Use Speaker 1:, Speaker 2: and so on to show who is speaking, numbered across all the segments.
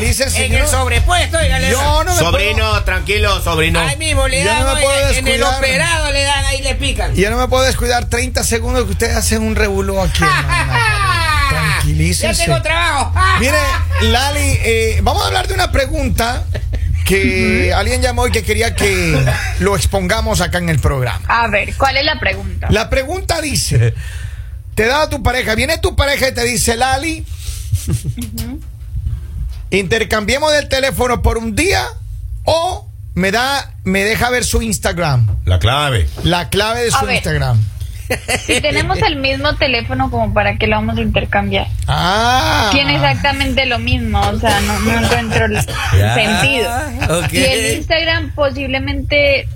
Speaker 1: dice,
Speaker 2: En
Speaker 1: señor.
Speaker 2: el sobrepuesto, dígale.
Speaker 1: Yo no me
Speaker 3: Sobrino, tranquilo, sobrino.
Speaker 2: Ahí mismo le
Speaker 1: Yo
Speaker 2: dan,
Speaker 1: no me
Speaker 2: oye,
Speaker 1: puedo
Speaker 2: en el
Speaker 1: descuidar.
Speaker 2: operado le dan, ahí le pican.
Speaker 1: Puedo, yo no me puedo descuidar 30 segundos que ustedes hacen un revuelo aquí. hermano. Tranquilícense.
Speaker 2: Ya tengo trabajo.
Speaker 1: Mire, Lali, eh, vamos a hablar de una pregunta que alguien llamó y que quería que lo expongamos acá en el programa.
Speaker 4: A ver, ¿cuál es la pregunta?
Speaker 1: La pregunta dice, te da a tu pareja, viene tu pareja y te dice, Lali, intercambiemos el teléfono por un día o me da, me deja ver su Instagram,
Speaker 3: La clave.
Speaker 1: la clave de
Speaker 4: A
Speaker 1: su
Speaker 4: ver.
Speaker 1: Instagram.
Speaker 4: Si tenemos el mismo teléfono, como para qué lo vamos a intercambiar?
Speaker 1: Ah.
Speaker 4: Tiene exactamente lo mismo, o sea, no, no encuentro el
Speaker 2: Ya,
Speaker 4: sentido.
Speaker 2: ok.
Speaker 4: Y el Instagram posiblemente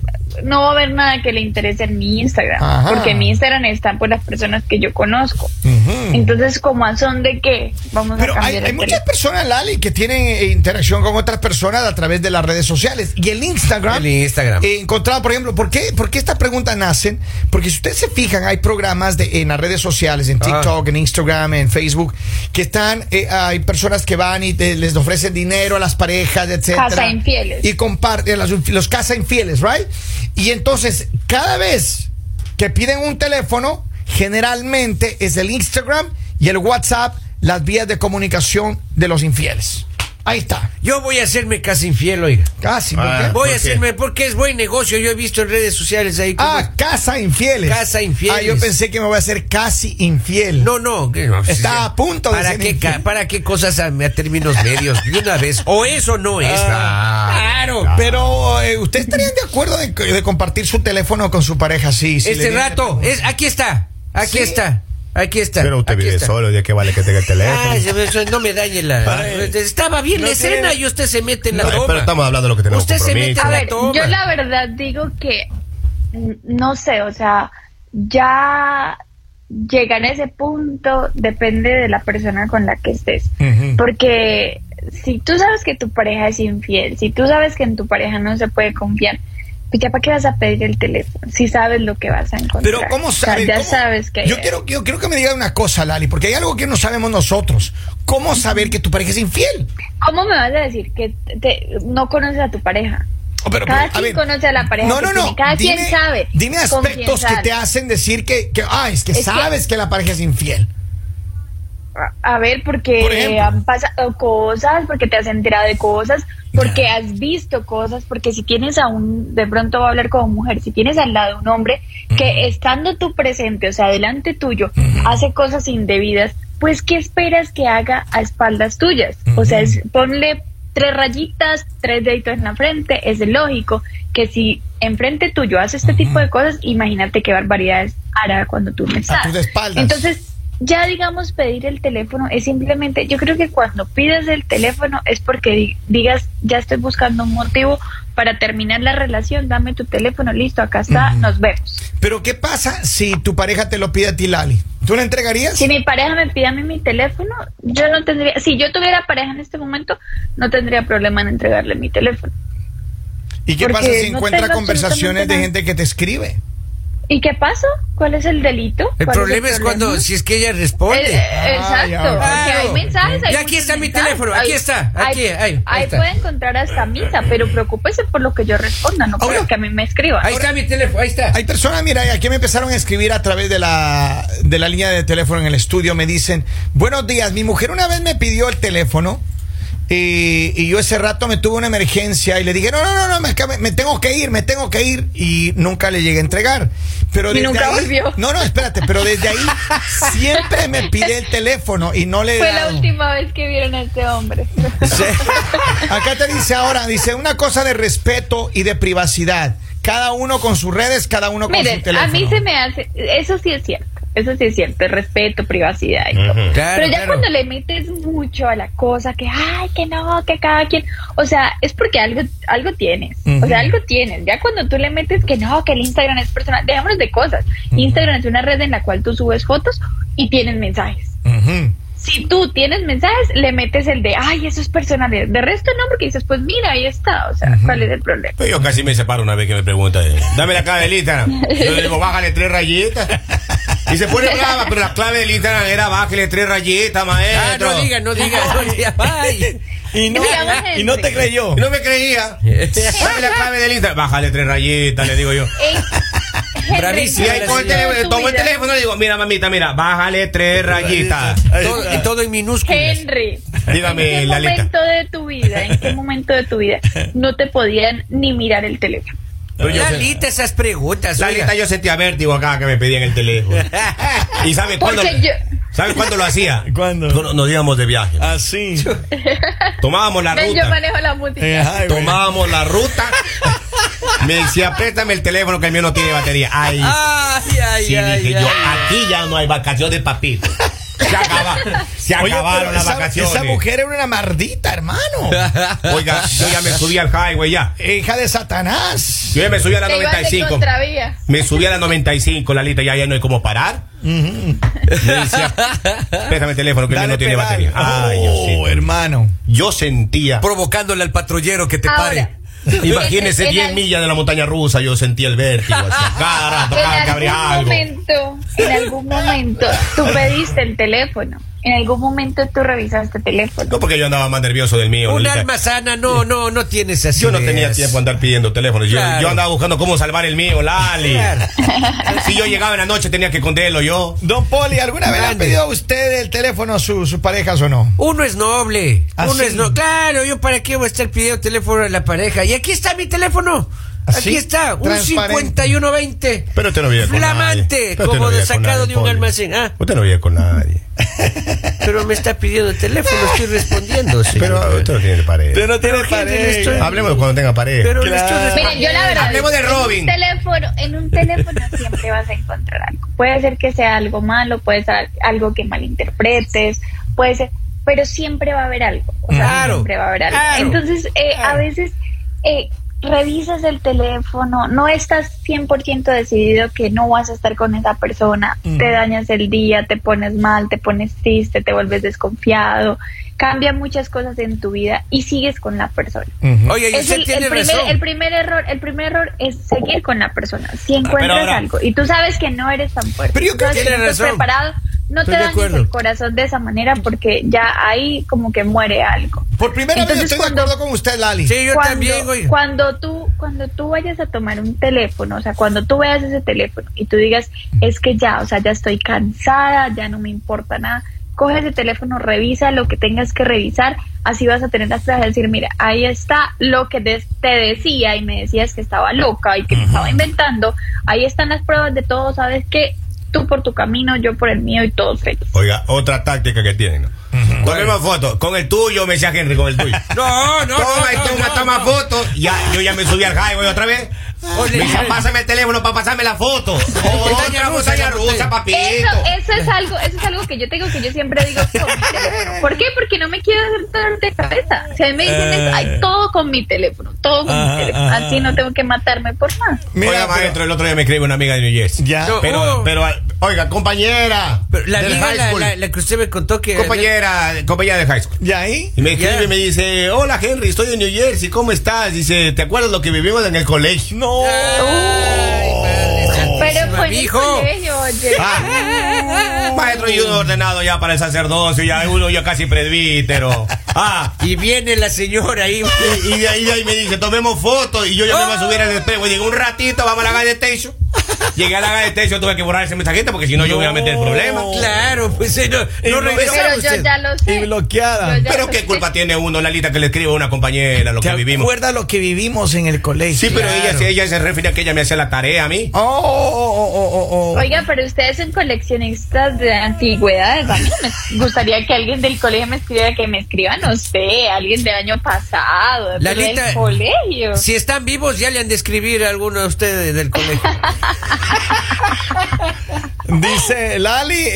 Speaker 4: no va a haber nada que le interese en mi Instagram,
Speaker 1: Ajá.
Speaker 4: porque en mi Instagram están pues las personas que yo conozco.
Speaker 1: Ujú.
Speaker 4: Entonces, como a son de qué vamos
Speaker 1: Pero
Speaker 4: a
Speaker 1: hay,
Speaker 4: cambiar
Speaker 1: hay
Speaker 4: el
Speaker 1: muchas
Speaker 4: teléfono.
Speaker 1: personas, Lali, que tienen eh, interacción con otras personas a través de las redes sociales. Y el Instagram.
Speaker 2: El Instagram.
Speaker 1: eh, encontrado, por ejemplo, ¿por qué, por qué estas preguntas nacen? Porque si ustedes se fijan, hay programas de, en las redes sociales,
Speaker 2: Ah.
Speaker 1: en TikTok, en Instagram, en Facebook, que están, eh, hay personas que van y te- les ofrecen dinero a las parejas, etcétera.
Speaker 4: Casa infieles.
Speaker 1: Y comparten las- los casa infieles, ¿right? Y entonces, cada vez que piden un teléfono, generalmente es el Instagram y el WhatsApp las vías de comunicación de los infieles. Ahí está.
Speaker 2: Yo voy a hacerme casi infiel, oiga.
Speaker 1: Casi. ¿por
Speaker 3: Ah.
Speaker 1: qué?
Speaker 2: Voy
Speaker 3: ¿Por
Speaker 2: a
Speaker 3: qué?
Speaker 2: hacerme, porque es buen negocio. Yo he visto en redes sociales ahí. como-
Speaker 1: Ah, casa infieles.
Speaker 2: Casa infieles.
Speaker 1: Ah, yo pensé que me voy a hacer casi infiel.
Speaker 2: no, no. que no,
Speaker 1: Está a punto de
Speaker 2: ¿Para
Speaker 1: ser
Speaker 2: qué,
Speaker 1: infiel.
Speaker 2: ca- ¿Para qué cosas a, a términos medios? De una vez. O eso no es.
Speaker 3: Ah,
Speaker 2: claro.
Speaker 1: Pero eh, ustedes estarían de acuerdo de, de compartir su teléfono con su pareja, sí. sí, le
Speaker 2: este
Speaker 1: diría-
Speaker 2: rato. Es, aquí está. Aquí
Speaker 1: Sí.
Speaker 2: está. Aquí está.
Speaker 3: Pero usted
Speaker 2: aquí
Speaker 3: vive
Speaker 2: está.
Speaker 3: solo, ¿de qué vale que tenga el teléfono?
Speaker 2: Ay, se me- se- no me dañe la.
Speaker 3: Ay.
Speaker 2: Estaba bien
Speaker 1: No
Speaker 2: la
Speaker 1: tiene-
Speaker 2: escena y usted se mete en la
Speaker 3: No,
Speaker 2: toma.
Speaker 3: pero estamos hablando de lo que tenemos
Speaker 2: Usted se mete
Speaker 3: compromiso.
Speaker 4: A
Speaker 2: en la
Speaker 4: ver,
Speaker 2: toma.
Speaker 4: yo la verdad digo que mm, no sé, o sea, ya llegar a ese punto depende de la persona con la que estés.
Speaker 1: Ujú.
Speaker 4: Porque si tú sabes que tu pareja es infiel, si tú sabes que en tu pareja no se puede confiar, pues ya para qué vas a pedir el teléfono, si sabes lo que vas a encontrar.
Speaker 1: Pero ¿cómo
Speaker 4: O sea,
Speaker 1: saben?
Speaker 4: ya
Speaker 1: ¿Cómo?
Speaker 4: sabes que hay
Speaker 1: Yo quiero, yo quiero que me diga una cosa, Lali, porque hay algo que no sabemos nosotros. ¿Cómo saber que tu pareja es infiel?
Speaker 4: ¿Cómo me vas a decir que te- te- no conoces a tu pareja?
Speaker 1: Oh, pero-
Speaker 4: cada
Speaker 1: pero, a
Speaker 4: quien
Speaker 1: ver.
Speaker 4: conoce a la pareja.
Speaker 1: No,
Speaker 4: que
Speaker 1: no, no.
Speaker 4: tiene, Cada
Speaker 1: Dime-
Speaker 4: quien sabe.
Speaker 1: Dime
Speaker 4: con quién
Speaker 1: aspectos que
Speaker 4: sale.
Speaker 1: te hacen decir que, que ah, es que
Speaker 4: Es que-
Speaker 1: sabes que la pareja es infiel.
Speaker 4: A- A ver, porque eh,
Speaker 1: Por ejemplo.
Speaker 4: han pasado cosas, porque te has enterado de cosas, porque has visto cosas, porque si tienes a un, de pronto va a hablar como mujer, si tienes al lado un hombre que estando tú presente, o sea, delante tuyo, hace cosas indebidas, pues ¿qué esperas que haga a espaldas tuyas? O sea, es- ponle tres rayitas, tres deditos en la frente, es lógico que si enfrente tuyo hace este tipo de cosas, imagínate qué barbaridades hará cuando tú me sabes.
Speaker 1: tus espaldas.
Speaker 4: Entonces, ya digamos pedir el teléfono es simplemente, yo creo que cuando pides el teléfono es porque di- digas, ya estoy buscando un motivo para terminar la relación, dame tu teléfono, listo, acá está, nos vemos.
Speaker 1: Pero ¿qué pasa si tu pareja te lo pide a ti, Lali? ¿Tú le entregarías?
Speaker 4: Si mi pareja me pide a mí mi teléfono, yo no tendría, si yo tuviera pareja en este momento, no tendría problema en entregarle mi teléfono.
Speaker 1: ¿Y qué
Speaker 4: Porque
Speaker 1: pasa si
Speaker 4: no
Speaker 1: encuentra
Speaker 4: tengo
Speaker 1: conversaciones de
Speaker 4: absolutamente
Speaker 1: gente que te escribe?
Speaker 4: ¿Y qué pasó? ¿Cuál es el delito?
Speaker 2: El
Speaker 4: ¿Cuál
Speaker 2: problema es, cuando,
Speaker 4: problema?
Speaker 2: si es que ella
Speaker 4: Eh, eh,
Speaker 2: responde.
Speaker 1: Ah, ya,
Speaker 4: exacto. porque
Speaker 2: claro.
Speaker 4: hay mensajes. hay
Speaker 2: Y aquí
Speaker 4: muchos
Speaker 2: está mi
Speaker 4: mensajes,
Speaker 2: teléfono, aquí
Speaker 4: hay-
Speaker 2: está, aquí, ahí, ahí está.
Speaker 4: puede encontrar hasta misa, pero preocúpese por lo que yo responda, no por
Speaker 2: Ahora-
Speaker 4: lo que a mí me escriban.
Speaker 2: ahí está mi teléfono, ahí está.
Speaker 1: Hay personas, mira, aquí me empezaron a escribir a través de la, de la línea de teléfono en el estudio. Me dicen, buenos días, mi mujer una vez me pidió el teléfono eh, y, y yo ese rato me tuve una emergencia y le dije, no, no, no, no me, me- me tengo que ir, me tengo que ir y nunca le llegué a entregar. Pero
Speaker 4: Y
Speaker 1: desde
Speaker 4: nunca
Speaker 1: ahí-
Speaker 4: volvió.
Speaker 1: No, no, espérate, pero desde ahí siempre me pide el teléfono y no le he
Speaker 4: Fue la
Speaker 1: dado.
Speaker 4: última vez que vieron a este hombre.
Speaker 1: Sí. Acá te dice ahora, dice una cosa de respeto y de privacidad. Cada uno con sus redes, cada uno con
Speaker 4: Miren,
Speaker 1: su teléfono.
Speaker 4: a mí se me hace, eso sí es cierto, eso sí es cierto, respeto, privacidad y todo.
Speaker 3: Ujú.
Speaker 2: Claro,
Speaker 4: Pero ya
Speaker 2: claro.
Speaker 4: cuando le metes mucho a la cosa, que ay, que no, que cada quien, o sea, es porque algo algo tienes, o sea, algo tienes. Ya cuando tú le metes que no, que el Instagram es personal, dejémonos de cosas. Instagram es una red en la cual tú subes fotos y tienes mensajes.
Speaker 1: Ujú.
Speaker 4: Si tú tienes mensajes, le metes el de ay, eso es personal. De resto no, porque dices, pues mira, ahí está, o sea, ¿cuál es el problema?
Speaker 3: Pues yo casi me separo una vez que me pregunta, eh, dame la clave del Instagram. Yo le digo, bájale tres rayitas. Y se pone brava, pero la clave del Instagram era bájale tres rayitas,
Speaker 2: Ah,
Speaker 3: maestro.
Speaker 2: no diga, no diga. no diga. Ay.
Speaker 1: Y no,
Speaker 4: Digamos
Speaker 1: y no te
Speaker 4: entre.
Speaker 1: creyó.
Speaker 3: Y no me creía. Dame la clave del Instagram. Bájale tres rayitas, le digo yo.
Speaker 4: En-
Speaker 2: Bravísimo.
Speaker 3: Y
Speaker 4: Henry,
Speaker 3: ahí con el teléfono, tomo el teléfono y digo, mira, mamita, mira, bájale tres rayitas.
Speaker 1: Ahí
Speaker 2: Todo,
Speaker 1: está.
Speaker 2: y todo en minúsculas.
Speaker 4: Henry,
Speaker 3: Dígame,
Speaker 4: ¿en qué
Speaker 3: Lalita.
Speaker 4: momento de tu vida, en qué momento de tu vida no te podían ni mirar el teléfono?
Speaker 2: Lalita, esas preguntas. oiga.
Speaker 3: Lalita, yo sentía vértigo acá que me pedían el teléfono. ¿Y sabes cuándo?
Speaker 4: Porque yo-
Speaker 3: ¿Sabes cuándo lo hacía?
Speaker 1: ¿Cuándo?
Speaker 3: No- Nos íbamos de viaje.
Speaker 1: Así.
Speaker 3: Tomábamos la
Speaker 4: Ven, yo
Speaker 3: ruta.
Speaker 4: manejo la música.
Speaker 1: Eh, ajá, güey.
Speaker 3: Tomábamos la ruta. Me decía, apriétame el teléfono que el mío no tiene batería. Ay,
Speaker 2: Ay, ay,
Speaker 3: sí,
Speaker 2: ay.
Speaker 3: dije
Speaker 2: ay.
Speaker 3: yo, aquí ya no hay vacaciones de papito. Se, acaba- se
Speaker 1: Oye,
Speaker 3: acabaron
Speaker 1: pero
Speaker 3: las
Speaker 1: esa-
Speaker 3: vacaciones.
Speaker 1: Esa mujer era una mardita, hermano.
Speaker 3: Oiga, yo ya me subí al highway ya.
Speaker 1: Hija de Satanás.
Speaker 3: Yo ya me subí a la
Speaker 4: Te ibas de
Speaker 3: 95.
Speaker 4: contravía.
Speaker 3: Me subí a la 95, Lalita, ya, ya no hay como parar. Me decía, préstame el teléfono que el mío
Speaker 1: Dale
Speaker 3: no tiene
Speaker 1: pedal.
Speaker 3: batería. Ay,
Speaker 1: oh,
Speaker 3: Diosito.
Speaker 1: hermano.
Speaker 3: Yo sentía.
Speaker 2: Provocándole al patrullero que te
Speaker 4: Ahora.
Speaker 2: pare.
Speaker 3: Imagínese
Speaker 4: En- en
Speaker 3: 10
Speaker 4: al-
Speaker 3: millas de la montaña rusa, yo sentía el vértigo. Así, cara,
Speaker 4: en
Speaker 3: tocar,
Speaker 4: algún
Speaker 3: cabría algo.
Speaker 4: momento, en algún momento, tú pediste el teléfono. En algún momento tú revisaste el teléfono.
Speaker 3: No porque yo andaba más nervioso del mío.
Speaker 2: Un
Speaker 3: Lolita.
Speaker 2: alma sana, no, no, no tienes así.
Speaker 3: Yo no tenía tiempo de andar pidiendo teléfonos. Yo-
Speaker 2: Claro.
Speaker 3: Yo, andaba buscando cómo salvar el mío, Lali.
Speaker 2: Claro.
Speaker 3: Si yo llegaba en la noche tenía que esconderlo yo.
Speaker 1: Don Poli, ¿alguna vez le ha
Speaker 2: Grande.
Speaker 1: pedido a usted el teléfono a su- sus parejas o no?
Speaker 2: Uno es noble.
Speaker 1: ¿Ah,
Speaker 2: uno
Speaker 1: sí?
Speaker 2: es noble. Claro, yo para qué voy a estar pidiendo teléfono a la pareja. Y aquí está mi teléfono.
Speaker 1: ¿Ah, sí?
Speaker 2: Aquí está, un
Speaker 1: Transparente.
Speaker 2: 5120.
Speaker 3: Pero usted no vive con nadie.
Speaker 2: Flamante,
Speaker 3: Pero usted
Speaker 2: como
Speaker 3: no vive con
Speaker 2: sacado
Speaker 3: nadie,
Speaker 2: de un
Speaker 3: Poli.
Speaker 2: almacén. Ah,
Speaker 3: Usted no vive con nadie.
Speaker 2: pero me está pidiendo el teléfono, estoy respondiendo. señor.
Speaker 3: Pero usted no tiene
Speaker 1: Usted
Speaker 3: pareja.
Speaker 1: no tiene
Speaker 2: Pero, gente, le
Speaker 1: pareja.
Speaker 2: estoy-
Speaker 3: Hablemos cuando tenga pareja.
Speaker 2: Pero le estoy
Speaker 1: Claro.
Speaker 2: respondiendo.
Speaker 4: Miren, Ah. yo la verdad.
Speaker 3: Hablemos de
Speaker 4: En
Speaker 3: Robin.
Speaker 4: un teléfono, en un teléfono siempre vas a encontrar algo. Puede ser que sea algo malo, puede ser algo que malinterpretes, puede ser, pero siempre va a haber algo. O sea,
Speaker 2: Claro,
Speaker 4: siempre va a haber algo.
Speaker 2: claro,
Speaker 4: Entonces, eh,
Speaker 2: claro.
Speaker 4: a veces eh, revisas el teléfono, no estás 100% decidido que no vas a estar con esa persona, te dañas el día, te pones mal, te pones triste, te vuelves desconfiado, cambia muchas cosas en tu vida y sigues con la persona
Speaker 2: Oye, y
Speaker 4: es
Speaker 2: usted
Speaker 4: el,
Speaker 2: tiene
Speaker 4: el primer,
Speaker 2: razón. Ah,
Speaker 4: el primer error el primer error es seguir con la persona si encuentras
Speaker 3: ahora-
Speaker 4: algo y tú sabes que no eres tan fuerte
Speaker 1: Pero yo
Speaker 4: tú
Speaker 1: creo
Speaker 4: sabes
Speaker 2: que tiene
Speaker 4: no estás
Speaker 2: razón.
Speaker 4: preparado no
Speaker 2: Estoy de
Speaker 4: te dañes
Speaker 2: acuerdo.
Speaker 4: el corazón de esa manera porque ya ahí como que muere algo
Speaker 1: Por primera
Speaker 4: Entonces,
Speaker 1: vez estoy
Speaker 4: cuando-
Speaker 1: de acuerdo con usted, Lali.
Speaker 2: Sí, yo también, oye.
Speaker 4: cuando tú cuando tú vayas a tomar un teléfono, o sea, cuando tú veas ese teléfono y tú digas, es que ya, o sea, ya estoy cansada, ya no me importa nada, coge ese teléfono, revisa lo que tengas que revisar, así vas a tener las clases de decir, mira, ahí está lo que des- te decía y me decías que estaba loca y que me estaba inventando, ahí están las pruebas de todo, sabes que tú por tu camino, yo por el mío y todos felices.
Speaker 3: Oiga, otra táctica que tienen. ¿no? Tomemos fotos. Con el tuyo, me decía Henry, con el tuyo.
Speaker 2: No, no,
Speaker 3: toma,
Speaker 2: no,
Speaker 3: y
Speaker 2: no,
Speaker 3: toma,
Speaker 2: no,
Speaker 3: toma
Speaker 2: no.
Speaker 3: fotos. Ya, yo ya me subí al highway otra vez.
Speaker 2: Oye,
Speaker 3: Me decía, pásame el teléfono para pasarme la foto.
Speaker 2: montaña
Speaker 3: Otra
Speaker 2: rusa,
Speaker 3: montaña
Speaker 2: ya
Speaker 3: rusa,
Speaker 2: montaña.
Speaker 3: papito.
Speaker 4: Eso, eso es algo, eso es algo que yo tengo que yo siempre digo con mi teléfono. ¿Por qué? Porque no me quiero hacer dolor de cabeza. Si a mí me dicen eso, ay, todo con mi teléfono, todo con
Speaker 1: Eh. Ajá,
Speaker 4: mi teléfono.
Speaker 1: ajá.
Speaker 4: Así no tengo que matarme por nada.
Speaker 1: Mira,
Speaker 3: oiga,
Speaker 1: pero-
Speaker 3: maestro, el otro día me escribe una amiga de New Jersey.
Speaker 1: Ya.
Speaker 2: No,
Speaker 3: Pero,
Speaker 2: uh.
Speaker 3: pero, oiga, compañera.
Speaker 2: Pero la
Speaker 3: del
Speaker 2: amiga,
Speaker 3: high
Speaker 2: la,
Speaker 3: school.
Speaker 2: la- la que usted me contó que...
Speaker 3: compañera, compañera de high school.
Speaker 1: ¿Y ahí?
Speaker 3: Y me escribe
Speaker 2: Ya.
Speaker 3: y me dice, hola Henry, estoy en New Jersey, ¿cómo estás? Dice, ¿te acuerdas lo que vivimos en el colegio?
Speaker 1: No.
Speaker 2: Ay, madre santísima,
Speaker 4: Pero pues, fue en el
Speaker 2: mijo.
Speaker 4: colegio, oye.
Speaker 3: Ah, maestro, y uno ordenado ya para el sacerdocio, ya uno ya casi presbítero. Ah,
Speaker 2: Y viene la señora ahí.
Speaker 3: y, y de ahí, de ahí me dice, tomemos fotos, y yo ya me iba a subir al espejo, y llegué un ratito, vamos a la gas de station. Llegué a la gas de station, tuve que borrar ese mensajito, porque si no yo voy a meter problema.
Speaker 2: Claro, pues eh, no,
Speaker 1: Y no-
Speaker 2: no regresa
Speaker 4: Pero yo
Speaker 2: usted.
Speaker 4: ya lo sé.
Speaker 1: Y bloqueada.
Speaker 4: Yo ya
Speaker 3: Pero
Speaker 4: lo
Speaker 3: qué
Speaker 4: sé.
Speaker 3: culpa tiene uno, Lalita, que le escribe a una compañera lo
Speaker 1: ¿Te
Speaker 3: que vivimos.
Speaker 1: acuerdas lo que vivimos en el colegio?
Speaker 3: Sí, pero ella,
Speaker 2: Claro.
Speaker 3: si ella se refiere a que ella me hacía la tarea a mí.
Speaker 1: Oh, oh, oh, oh, oh, oh.
Speaker 4: Oiga, pero ustedes son coleccionistas de antigüedades. A mí me gustaría que alguien del colegio me escribiera, que me escriba, no sé, alguien del año pasado, pero
Speaker 2: Lalita,
Speaker 4: del colegio.
Speaker 2: Si están vivos, ya le han de escribir a alguno de ustedes del colegio.
Speaker 1: Dice Lali, eh,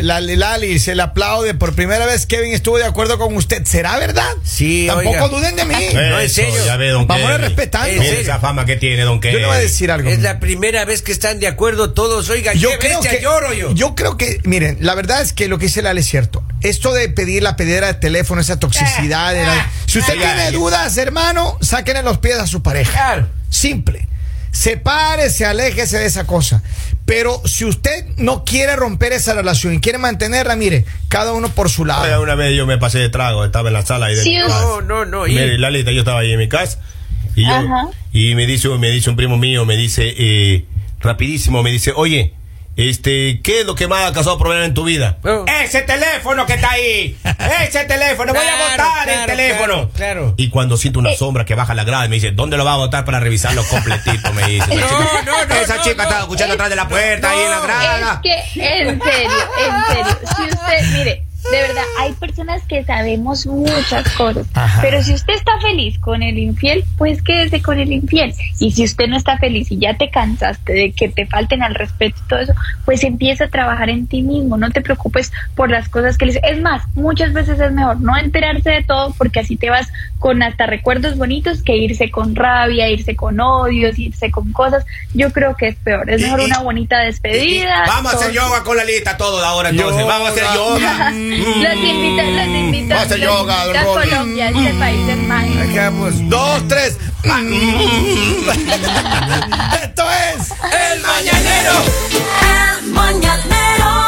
Speaker 1: eh, Lali, Lali, se le aplaude. Por primera vez Kevin estuvo de acuerdo con usted. ¿Será verdad?
Speaker 2: Sí,
Speaker 1: Tampoco
Speaker 2: oiga.
Speaker 1: duden de mí.
Speaker 2: No, en
Speaker 3: Eso,
Speaker 2: serio.
Speaker 3: Ya ve, don
Speaker 1: Vamos a
Speaker 3: Kevin.
Speaker 1: respetar.
Speaker 2: En
Speaker 3: Mire
Speaker 2: serio.
Speaker 3: esa fama que tiene, don Kevin.
Speaker 1: Yo le voy a decir algo.
Speaker 2: Es la primera vez que están de acuerdo todos. Oiga,
Speaker 1: yo
Speaker 2: qué
Speaker 1: creo
Speaker 2: bestia,
Speaker 1: que
Speaker 2: lloro yo.
Speaker 1: creo que miren la verdad es que lo que dice Lali es cierto esto de pedir la pedera de teléfono esa
Speaker 2: Ah,
Speaker 1: toxicidad de la- si usted
Speaker 3: Ya,
Speaker 1: tiene
Speaker 3: ya.
Speaker 1: dudas hermano sáquenle los pies a su pareja
Speaker 2: Claro.
Speaker 1: simple sepárese, aléjese de esa cosa. Pero si usted no quiere romper esa relación y quiere mantenerla, mire, cada uno por su lado.
Speaker 3: Oiga, Una vez yo me pasé de trago, estaba en la sala y de
Speaker 4: Sí,
Speaker 3: mi
Speaker 4: es-
Speaker 3: casa.
Speaker 2: No, no, no. y-
Speaker 3: Mira, y Lalita, yo estaba ahí en mi casa. Y, yo-
Speaker 4: Ajá.
Speaker 3: y me, dice, me dice un primo mío, me dice, eh, rapidísimo, me dice, oye, este, ¿qué es lo que más ha causado problemas en tu vida?
Speaker 2: Oh.
Speaker 3: Ese teléfono que está ahí. Ese teléfono, voy a
Speaker 2: Claro,
Speaker 3: botar el
Speaker 2: claro,
Speaker 3: teléfono.
Speaker 2: claro, claro.
Speaker 3: Y cuando siento
Speaker 2: Eh.
Speaker 3: una sombra que baja la grada, me dice, ¿dónde lo va a botar para revisarlo completito? Me dice.
Speaker 2: No, no, no,
Speaker 3: Esa
Speaker 2: no,
Speaker 3: chica
Speaker 2: no. Eh,
Speaker 3: estaba escuchando atrás de la puerta, ahí en la
Speaker 2: No.
Speaker 3: grada.
Speaker 4: Es que, en serio, en serio, si usted, mire, de verdad, hay personas que sabemos muchas cosas,
Speaker 1: Ajá.
Speaker 4: pero si usted está feliz con el infiel, pues quédese con el infiel. Y si usted no está feliz y ya te cansaste de que te falten al respeto y todo eso, pues empieza a trabajar en ti mismo, no te preocupes por las cosas que les... Es más, muchas veces es mejor no enterarse de todo porque así te vas con hasta recuerdos bonitos que irse con rabia, irse con odios, irse con cosas. Yo creo que es peor, es
Speaker 3: Y-
Speaker 4: mejor
Speaker 3: y-
Speaker 4: una bonita despedida. Despedidas,
Speaker 3: Vamos a hacer
Speaker 4: todo.
Speaker 3: yoga con la lista todo ahora entonces. Vamos a hacer yoga.
Speaker 4: Los invito, los invito.
Speaker 3: Vamos a hacer
Speaker 4: los
Speaker 3: yoga,
Speaker 4: invito a
Speaker 3: Rolly.
Speaker 4: Colombia, este país es mágico.
Speaker 2: Hagamos
Speaker 1: Dos, tres. Esto es.
Speaker 5: El mañanero. El mañanero.